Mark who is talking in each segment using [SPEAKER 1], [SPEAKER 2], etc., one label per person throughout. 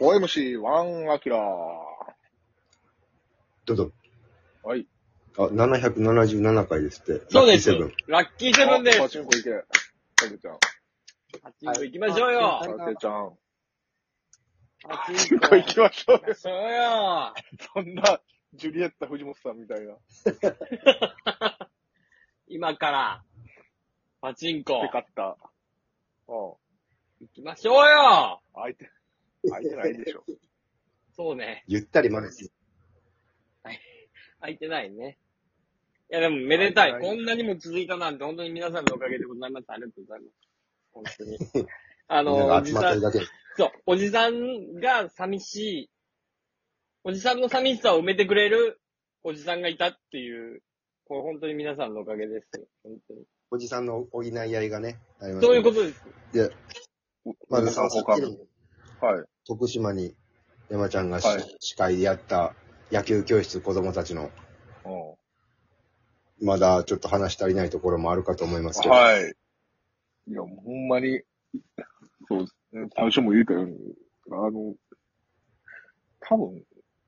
[SPEAKER 1] OMC1 アキラ
[SPEAKER 2] どうぞ。
[SPEAKER 1] はい。
[SPEAKER 2] あ、777回ですって。
[SPEAKER 3] そうです
[SPEAKER 2] ラッキーセブン。。
[SPEAKER 3] ラッキーセブンです。
[SPEAKER 1] パ
[SPEAKER 3] パ
[SPEAKER 1] チンコ行け。たけちゃん。
[SPEAKER 3] チンコ行きましょうよ
[SPEAKER 4] は。い
[SPEAKER 1] たけちゃん。
[SPEAKER 4] パ
[SPEAKER 1] パ
[SPEAKER 4] チ
[SPEAKER 1] チ
[SPEAKER 4] ン
[SPEAKER 1] ン
[SPEAKER 4] コ
[SPEAKER 1] コ行
[SPEAKER 4] 行
[SPEAKER 1] きましょう
[SPEAKER 3] 行きま
[SPEAKER 1] よ。
[SPEAKER 3] しょうよ。
[SPEAKER 1] そんな、ジュリエッタ藤本さんみたいな。
[SPEAKER 3] 今から、パチンコ
[SPEAKER 1] で、
[SPEAKER 3] 行
[SPEAKER 1] 勝った。う
[SPEAKER 3] きましょうよ。
[SPEAKER 1] ん。相手、相手ないでしょ。
[SPEAKER 3] そうね。
[SPEAKER 2] ゆったりまです。
[SPEAKER 3] 空いてないね。いや、でも、めでたい。
[SPEAKER 1] 空いてな
[SPEAKER 3] こ
[SPEAKER 1] い
[SPEAKER 3] んなにも続いたなんて、本当に皆さんのおかげでございます。ありがとうございます。本当に。 あ
[SPEAKER 2] みんな
[SPEAKER 3] の、お
[SPEAKER 2] が
[SPEAKER 3] じ
[SPEAKER 2] 集まっ
[SPEAKER 3] さ
[SPEAKER 2] てる
[SPEAKER 3] ん、
[SPEAKER 2] だけ。
[SPEAKER 3] そう、おじさんが寂しい、おじさんの寂しさを埋めてくれるおじさんがいたっていう、これ本当に皆さんのおかげです。本当に。
[SPEAKER 2] おじさんの補い合いがね、ありますね
[SPEAKER 3] そういうことです。
[SPEAKER 2] まずさ、さっき
[SPEAKER 1] は
[SPEAKER 2] の
[SPEAKER 1] い。はい。
[SPEAKER 2] 徳島に山ちゃんがし、
[SPEAKER 1] はい
[SPEAKER 2] 司会でやった野球教室子供たちの、
[SPEAKER 1] う
[SPEAKER 2] まだちょっと話足りないところもあるかと思いますけ
[SPEAKER 1] ん。
[SPEAKER 2] ど、
[SPEAKER 1] はい。いや、もうほんまに、そうですね。最初も言ったように、あの、多分、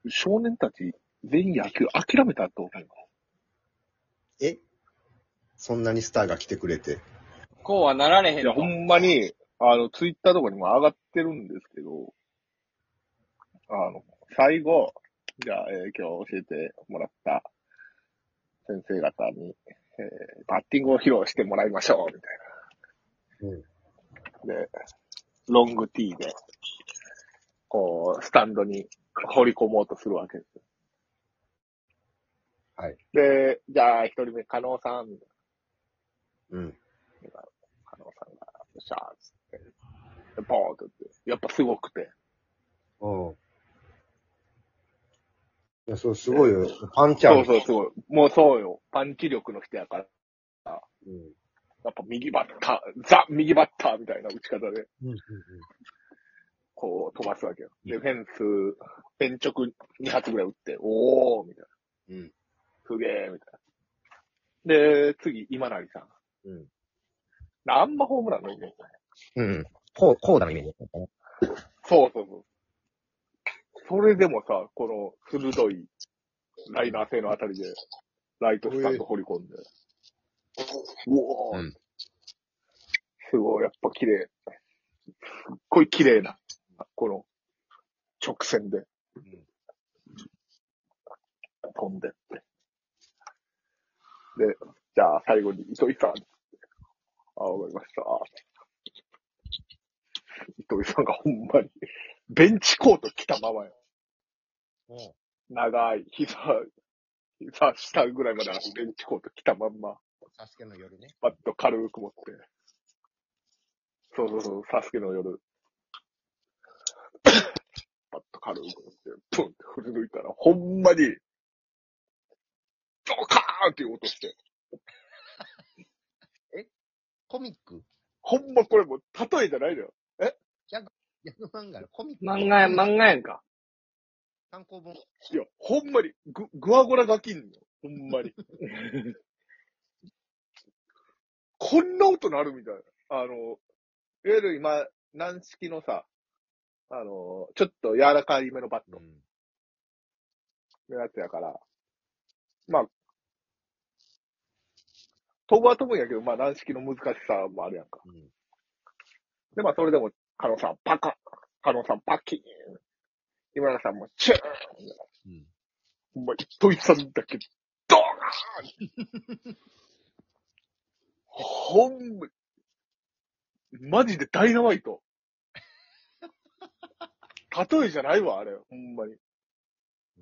[SPEAKER 1] 少年たち全員野球諦めたと思います。
[SPEAKER 2] えそんなにスターが来てくれて、
[SPEAKER 3] こうはなられへん
[SPEAKER 1] いや、
[SPEAKER 3] と
[SPEAKER 1] ほ。んまに、あの、ツイッターとかにも上がってるんですけど、あの、最後、じゃあ、えー今日教えてもらった先生方に、えーバッティングを披露してもらいましょう、みたいな。で、ロングティーで、こう、スタンドに放り込もうとするわけですよ。
[SPEAKER 2] はい。
[SPEAKER 1] で、じゃあ、一人目、加納さん、
[SPEAKER 2] うん。
[SPEAKER 1] 加納さんが、よっしゃーっつって、でボーンと打って、やっぱすごくて、
[SPEAKER 2] おういや、そう、すごいよ。パンチャー
[SPEAKER 1] そうそう、すごい。もうそうよ。パンチ力の人やから。
[SPEAKER 2] うん
[SPEAKER 1] やっぱ右バッター、ザ右バッターみたいな打ち方で、
[SPEAKER 2] うんうん
[SPEAKER 1] こう飛ばすわけよ。で、フェンス、延直2発ぐらい打って、おーみたいな。
[SPEAKER 2] うんうん
[SPEAKER 1] すげーみたいな。で、次、今成さん。
[SPEAKER 2] うん
[SPEAKER 1] あんまホームランないね。
[SPEAKER 5] うん。こう、こうだのイメージだったね。
[SPEAKER 1] そうそうそう。それでもさ、この鋭いライナー性のあたりで、ライトスタンド掘り込んで。うおー、
[SPEAKER 5] うん
[SPEAKER 1] すごい、やっぱ綺麗。すっごい綺麗な、この、直線で。飛んでって。で、じゃあ最後に糸井さん。あ、わかりました。糸井さんがほんまに、ベンチコート着たままよ。長い、膝、膝下ぐらいまであるベンチコート着たまんま、
[SPEAKER 5] サスケの夜ね。
[SPEAKER 1] バッと軽く持って。そうそうそう、サスケの夜。 バッと軽く持って、プンって振り抜いたら、ほんまに、ドカーンっていう音して、
[SPEAKER 5] コミック
[SPEAKER 1] ほんまこれもう例えじゃないのよ。
[SPEAKER 5] ギャグ漫画のコミック。
[SPEAKER 3] 漫画や、漫画やんか。
[SPEAKER 5] 参考本。
[SPEAKER 1] いや、ほんまに、ぐ、ぐわごらがきんの。ほんまに。こんな音なるみたいな。あの、いわゆる今、軟式のさ、あの、ちょっと柔らかいめのバット
[SPEAKER 2] うん
[SPEAKER 1] のやつやから、まあ、飛ぶは飛ぶんやけど、まあ軟式の難しさもあるやんか。
[SPEAKER 2] うん
[SPEAKER 1] で、まあそれでも、カノさんパカカノさんパキーン今田さんもチューン
[SPEAKER 2] うん
[SPEAKER 1] お前、トイさんだけ、ドーン ほんま、マジでダイナマイ ト。例えじゃないわ、あれ。ほんまに。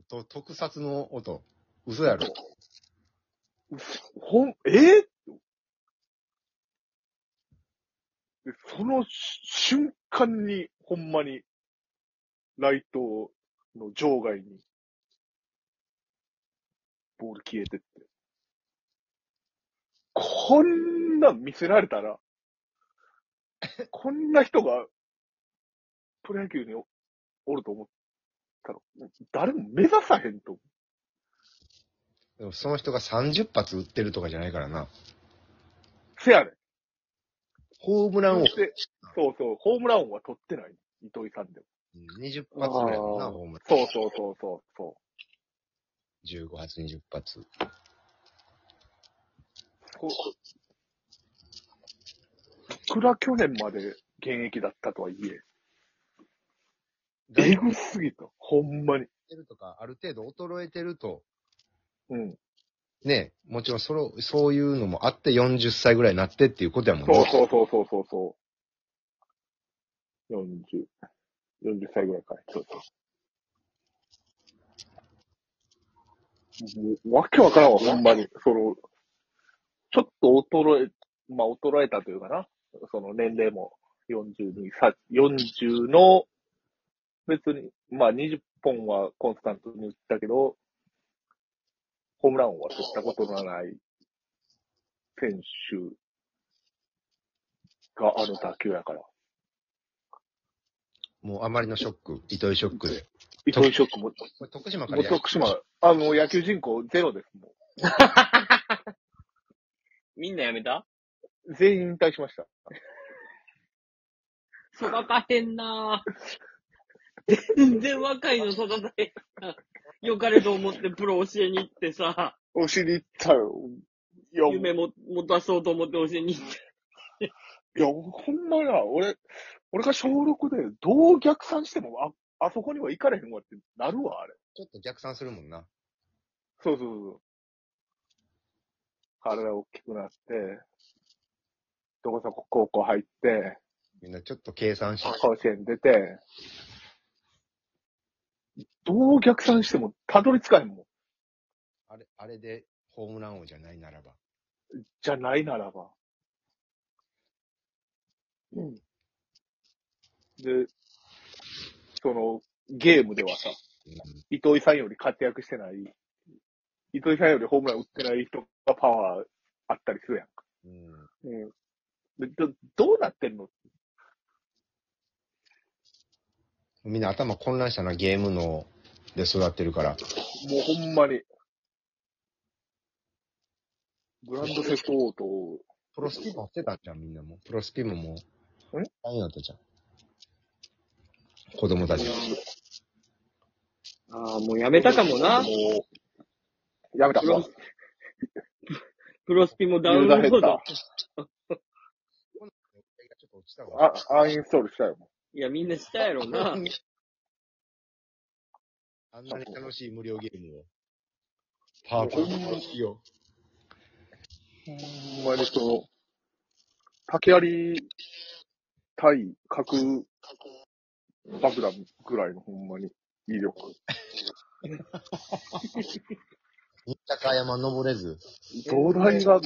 [SPEAKER 2] と、特撮の音。嘘やろ。
[SPEAKER 1] ほん、えーでそのし瞬間に、ほんまに、ライトの場外に、ボール消えてって。こんなん見せられたら、こんな人が、プロ野球におおると思ったら、誰も目指さへんと思う
[SPEAKER 2] でもその人が30発打ってるとかじゃないからな。
[SPEAKER 1] せやねん。
[SPEAKER 2] ホームラン
[SPEAKER 1] そ
[SPEAKER 2] を
[SPEAKER 1] してそうそう、ホームラン王は取ってない。糸井さんでも。
[SPEAKER 5] うん20発ぐらいだもんな、
[SPEAKER 3] あー
[SPEAKER 5] ホームラン。
[SPEAKER 1] そうそうそうそうそ
[SPEAKER 2] 15発、20発。
[SPEAKER 1] う。こいくら去年まで現役だったとはいえ、
[SPEAKER 5] 外
[SPEAKER 1] え
[SPEAKER 5] 野
[SPEAKER 1] ぐすぎた。ほんまに。
[SPEAKER 5] てるとか、ある程度衰えてると、
[SPEAKER 1] うん。
[SPEAKER 2] ねえ、もちろんその、そういうのもあって40歳ぐらいになってっていうことやもんね。
[SPEAKER 1] そうそうそうそうそうそう。40、40歳ぐらいか。そうそう。もうわけわからんわ、ほんまに。その、ちょっと衰え、まあ衰えたというかな。その年齢も40に、さ40の、別に、まあ20本はコンスタントに打ったけど、ホームラン王は取ったことのない選手がある打球やから。
[SPEAKER 2] もうあまりのショック、糸井ショックで。
[SPEAKER 1] 糸井ショックも、も
[SPEAKER 5] これ徳島から
[SPEAKER 1] う
[SPEAKER 5] やる
[SPEAKER 1] 徳島、あ、もう野球人口ゼロです。も
[SPEAKER 3] みんなやめた
[SPEAKER 1] う全員引退しました。
[SPEAKER 4] 育たへん なぁ。
[SPEAKER 3] 全然若いの育たへん。よかれと思ってプロ教えに行ってさ、
[SPEAKER 1] お尻いったよ。いや、
[SPEAKER 3] 夢も持たそうと思って教えに行って。
[SPEAKER 1] いや、ほんまな、俺、俺が小6でどう逆算しても、あ、あそこには行かれへんわってなるわ、あれ。
[SPEAKER 2] ちょっと逆算するもんな。
[SPEAKER 1] そうそうそう。体大きくなって、どこそこ高校入って、
[SPEAKER 2] みんなちょっと計算して。
[SPEAKER 1] 甲子園出て、どう逆算してもたどり着かへんもん。
[SPEAKER 2] あれ、あれでホームラン王じゃないならば。
[SPEAKER 1] じゃないならば。うん。で、その、ゲームではさ、
[SPEAKER 2] うん
[SPEAKER 1] 糸井さんより活躍してない、糸井さんよりホームラン打ってない人がパワーあったりするやんか。
[SPEAKER 2] うん
[SPEAKER 1] うん。で、ど、どうなってんの
[SPEAKER 2] みんな頭混乱したな、ゲームので育ってるから。
[SPEAKER 1] もうほんまに。グランドセフトオートを、
[SPEAKER 2] プロスピもしてたじゃん、みんなも。プロスピももう、
[SPEAKER 1] ん
[SPEAKER 2] 大変だったじゃん。子供たちが。
[SPEAKER 3] ああ、もうやめたかもな
[SPEAKER 1] も。う、やめた。
[SPEAKER 3] プロプロスピもダウン
[SPEAKER 1] ユ
[SPEAKER 3] ロ
[SPEAKER 1] ダ減
[SPEAKER 3] ー
[SPEAKER 1] った
[SPEAKER 3] ド。。
[SPEAKER 5] ちょっと落ちたわ。
[SPEAKER 1] あ、アンインストールしたよ。
[SPEAKER 3] いや、みんなしたやろな。
[SPEAKER 2] あんなに楽しい無料ゲームを。パワーポイントを。
[SPEAKER 1] ほんまにその、竹槍対核爆弾ぐらいのほんまに威力。
[SPEAKER 2] 高山登れず。
[SPEAKER 1] 土台がもう、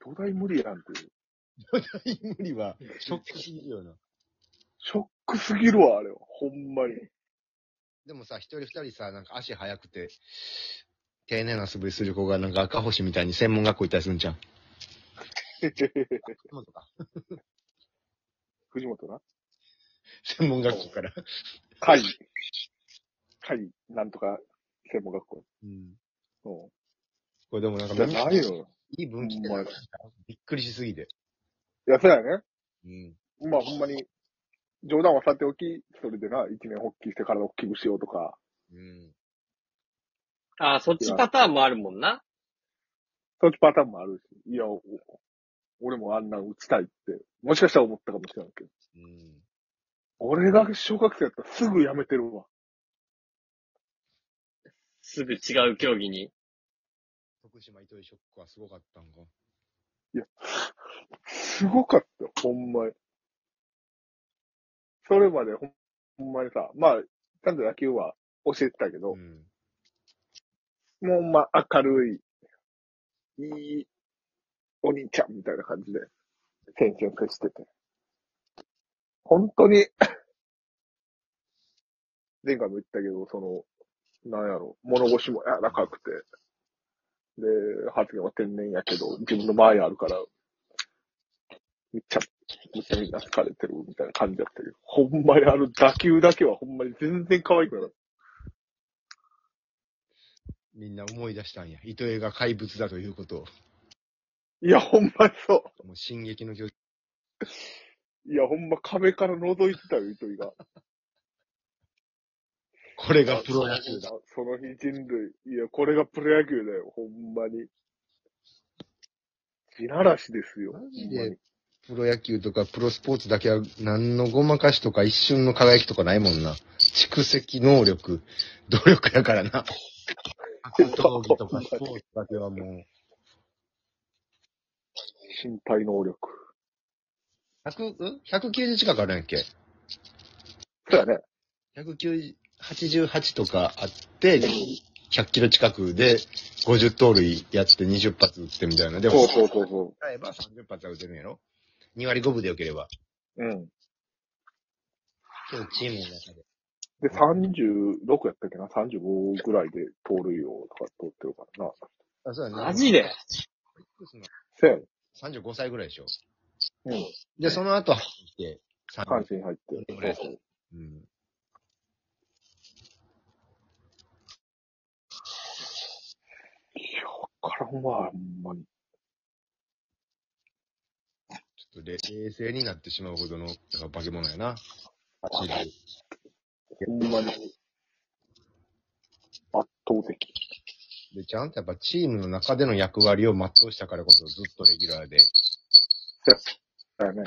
[SPEAKER 1] 土台無理やんっていう。
[SPEAKER 2] 無理は、ショックすぎるよな。
[SPEAKER 1] ショックすぎるわ、あれは。ほんまに。
[SPEAKER 2] でもさ、一人二人さ、なんか足速くて、丁寧な素振りする子がなんか赤星みたいに専門学校行ったりするんじゃん。
[SPEAKER 1] 藤本な。
[SPEAKER 2] 専門学校から。
[SPEAKER 1] 海、海、なんとか、専門学校。
[SPEAKER 2] うん。
[SPEAKER 1] う
[SPEAKER 2] これでもなんか
[SPEAKER 1] ん。じゃ
[SPEAKER 2] みんな
[SPEAKER 1] ないよ。
[SPEAKER 2] いい分岐点
[SPEAKER 1] ほんま
[SPEAKER 2] だびっくりしすぎて。
[SPEAKER 1] いや、そうやね。
[SPEAKER 2] うん。
[SPEAKER 1] まあほんまに、冗談はさておき、それでな、一年発起して体大きくしようとか。
[SPEAKER 2] うん。
[SPEAKER 3] ああ、そっちパターンもあるもんな。
[SPEAKER 1] そういうパターンもあるし、いや、お俺もあんな打ちたいって、もしかしたら思ったかもしれないけど、
[SPEAKER 2] うん。
[SPEAKER 1] 俺が小学生やったらすぐやめてるわ。
[SPEAKER 3] すぐ違う競技に。
[SPEAKER 2] 徳島糸井ショックはすごかったんか。
[SPEAKER 1] すごかったよ、ほんまに。それまでほんほんまにさ、まあ、ちゃんと野球は教えてたけど、
[SPEAKER 2] ん。
[SPEAKER 1] もうほんま明るい、いいお兄ちゃんみたいな感じで、選手を接してて。本当に、前回も言ったけど、その、なんやろ、物腰も柔らかくて、で、発言は天然やけど、自分の前あるから、めっちゃ、めっちゃみんな疲れてるみたいな感じだったけど、ほんまにあの打球だけはほんまに全然可愛くなかっ
[SPEAKER 2] みんな思い出したんや。糸井が怪物だということを。
[SPEAKER 1] た。いや、ほんまにそう。
[SPEAKER 2] もう進撃の巨人。
[SPEAKER 1] いや、ほんま壁から覗いてたよ、糸井が。
[SPEAKER 6] これがプロ野球だ。
[SPEAKER 1] その日人類。いや、これがプロ野球だよ、ほんまに。地ならしですよ。
[SPEAKER 2] マ
[SPEAKER 1] ほ
[SPEAKER 2] ジ
[SPEAKER 1] んまに
[SPEAKER 2] で、プロ野球とかプロスポーツだけは、何のごまかしとか一瞬の輝きとかないもんな。蓄積能力、努力やからな。格闘技とかスポーツだけはもう。
[SPEAKER 1] 身体能力。
[SPEAKER 2] 100、ん ?190 近くあるやんけ。
[SPEAKER 1] そうやね。
[SPEAKER 2] 188とかあって、100キロ近くで50盗塁やって20発打ってみたいな。で
[SPEAKER 1] そ
[SPEAKER 2] も
[SPEAKER 1] う、そうそうそ
[SPEAKER 2] 使えば30発は打てるんやろ ?2 割5分でよければ。
[SPEAKER 1] う。うん。
[SPEAKER 2] 今日チームの中で。
[SPEAKER 1] で、36やったっけな ?35 ぐらいで盗塁王とか取ってるからな。
[SPEAKER 2] あ、そうや
[SPEAKER 3] マジで
[SPEAKER 1] せやね。
[SPEAKER 2] 35歳ぐらいでしょ。
[SPEAKER 1] うん。
[SPEAKER 2] で、その後入って、
[SPEAKER 1] 阪
[SPEAKER 2] 3
[SPEAKER 1] 神入って。
[SPEAKER 2] うん
[SPEAKER 1] そうそう
[SPEAKER 2] うん。
[SPEAKER 1] いや、わからんわ、ほんまに。
[SPEAKER 2] ちょっと冷静になってしまうほどの、だから化け物やな。走る。
[SPEAKER 1] ほんまに。圧倒的。
[SPEAKER 2] で、ちゃんとやっぱチームの中での役割を全うしたからこそずっとレギュラーで
[SPEAKER 1] だよね。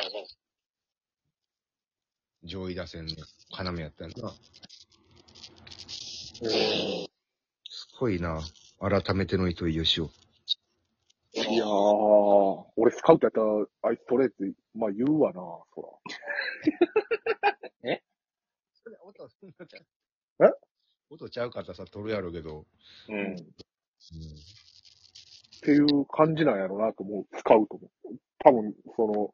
[SPEAKER 2] 上位打線の要やったんだな。すごいな。改めての糸井義雄。
[SPEAKER 1] いやー、俺スカウトやったら、あいつ取れって、まあ言うわな、そ
[SPEAKER 2] 音、
[SPEAKER 1] ゃう
[SPEAKER 2] 音ちゃうかったらさ、取るやろうけど。
[SPEAKER 1] ら。うん。っていう感じなんやろうなと思う。スカウトも。多分、その、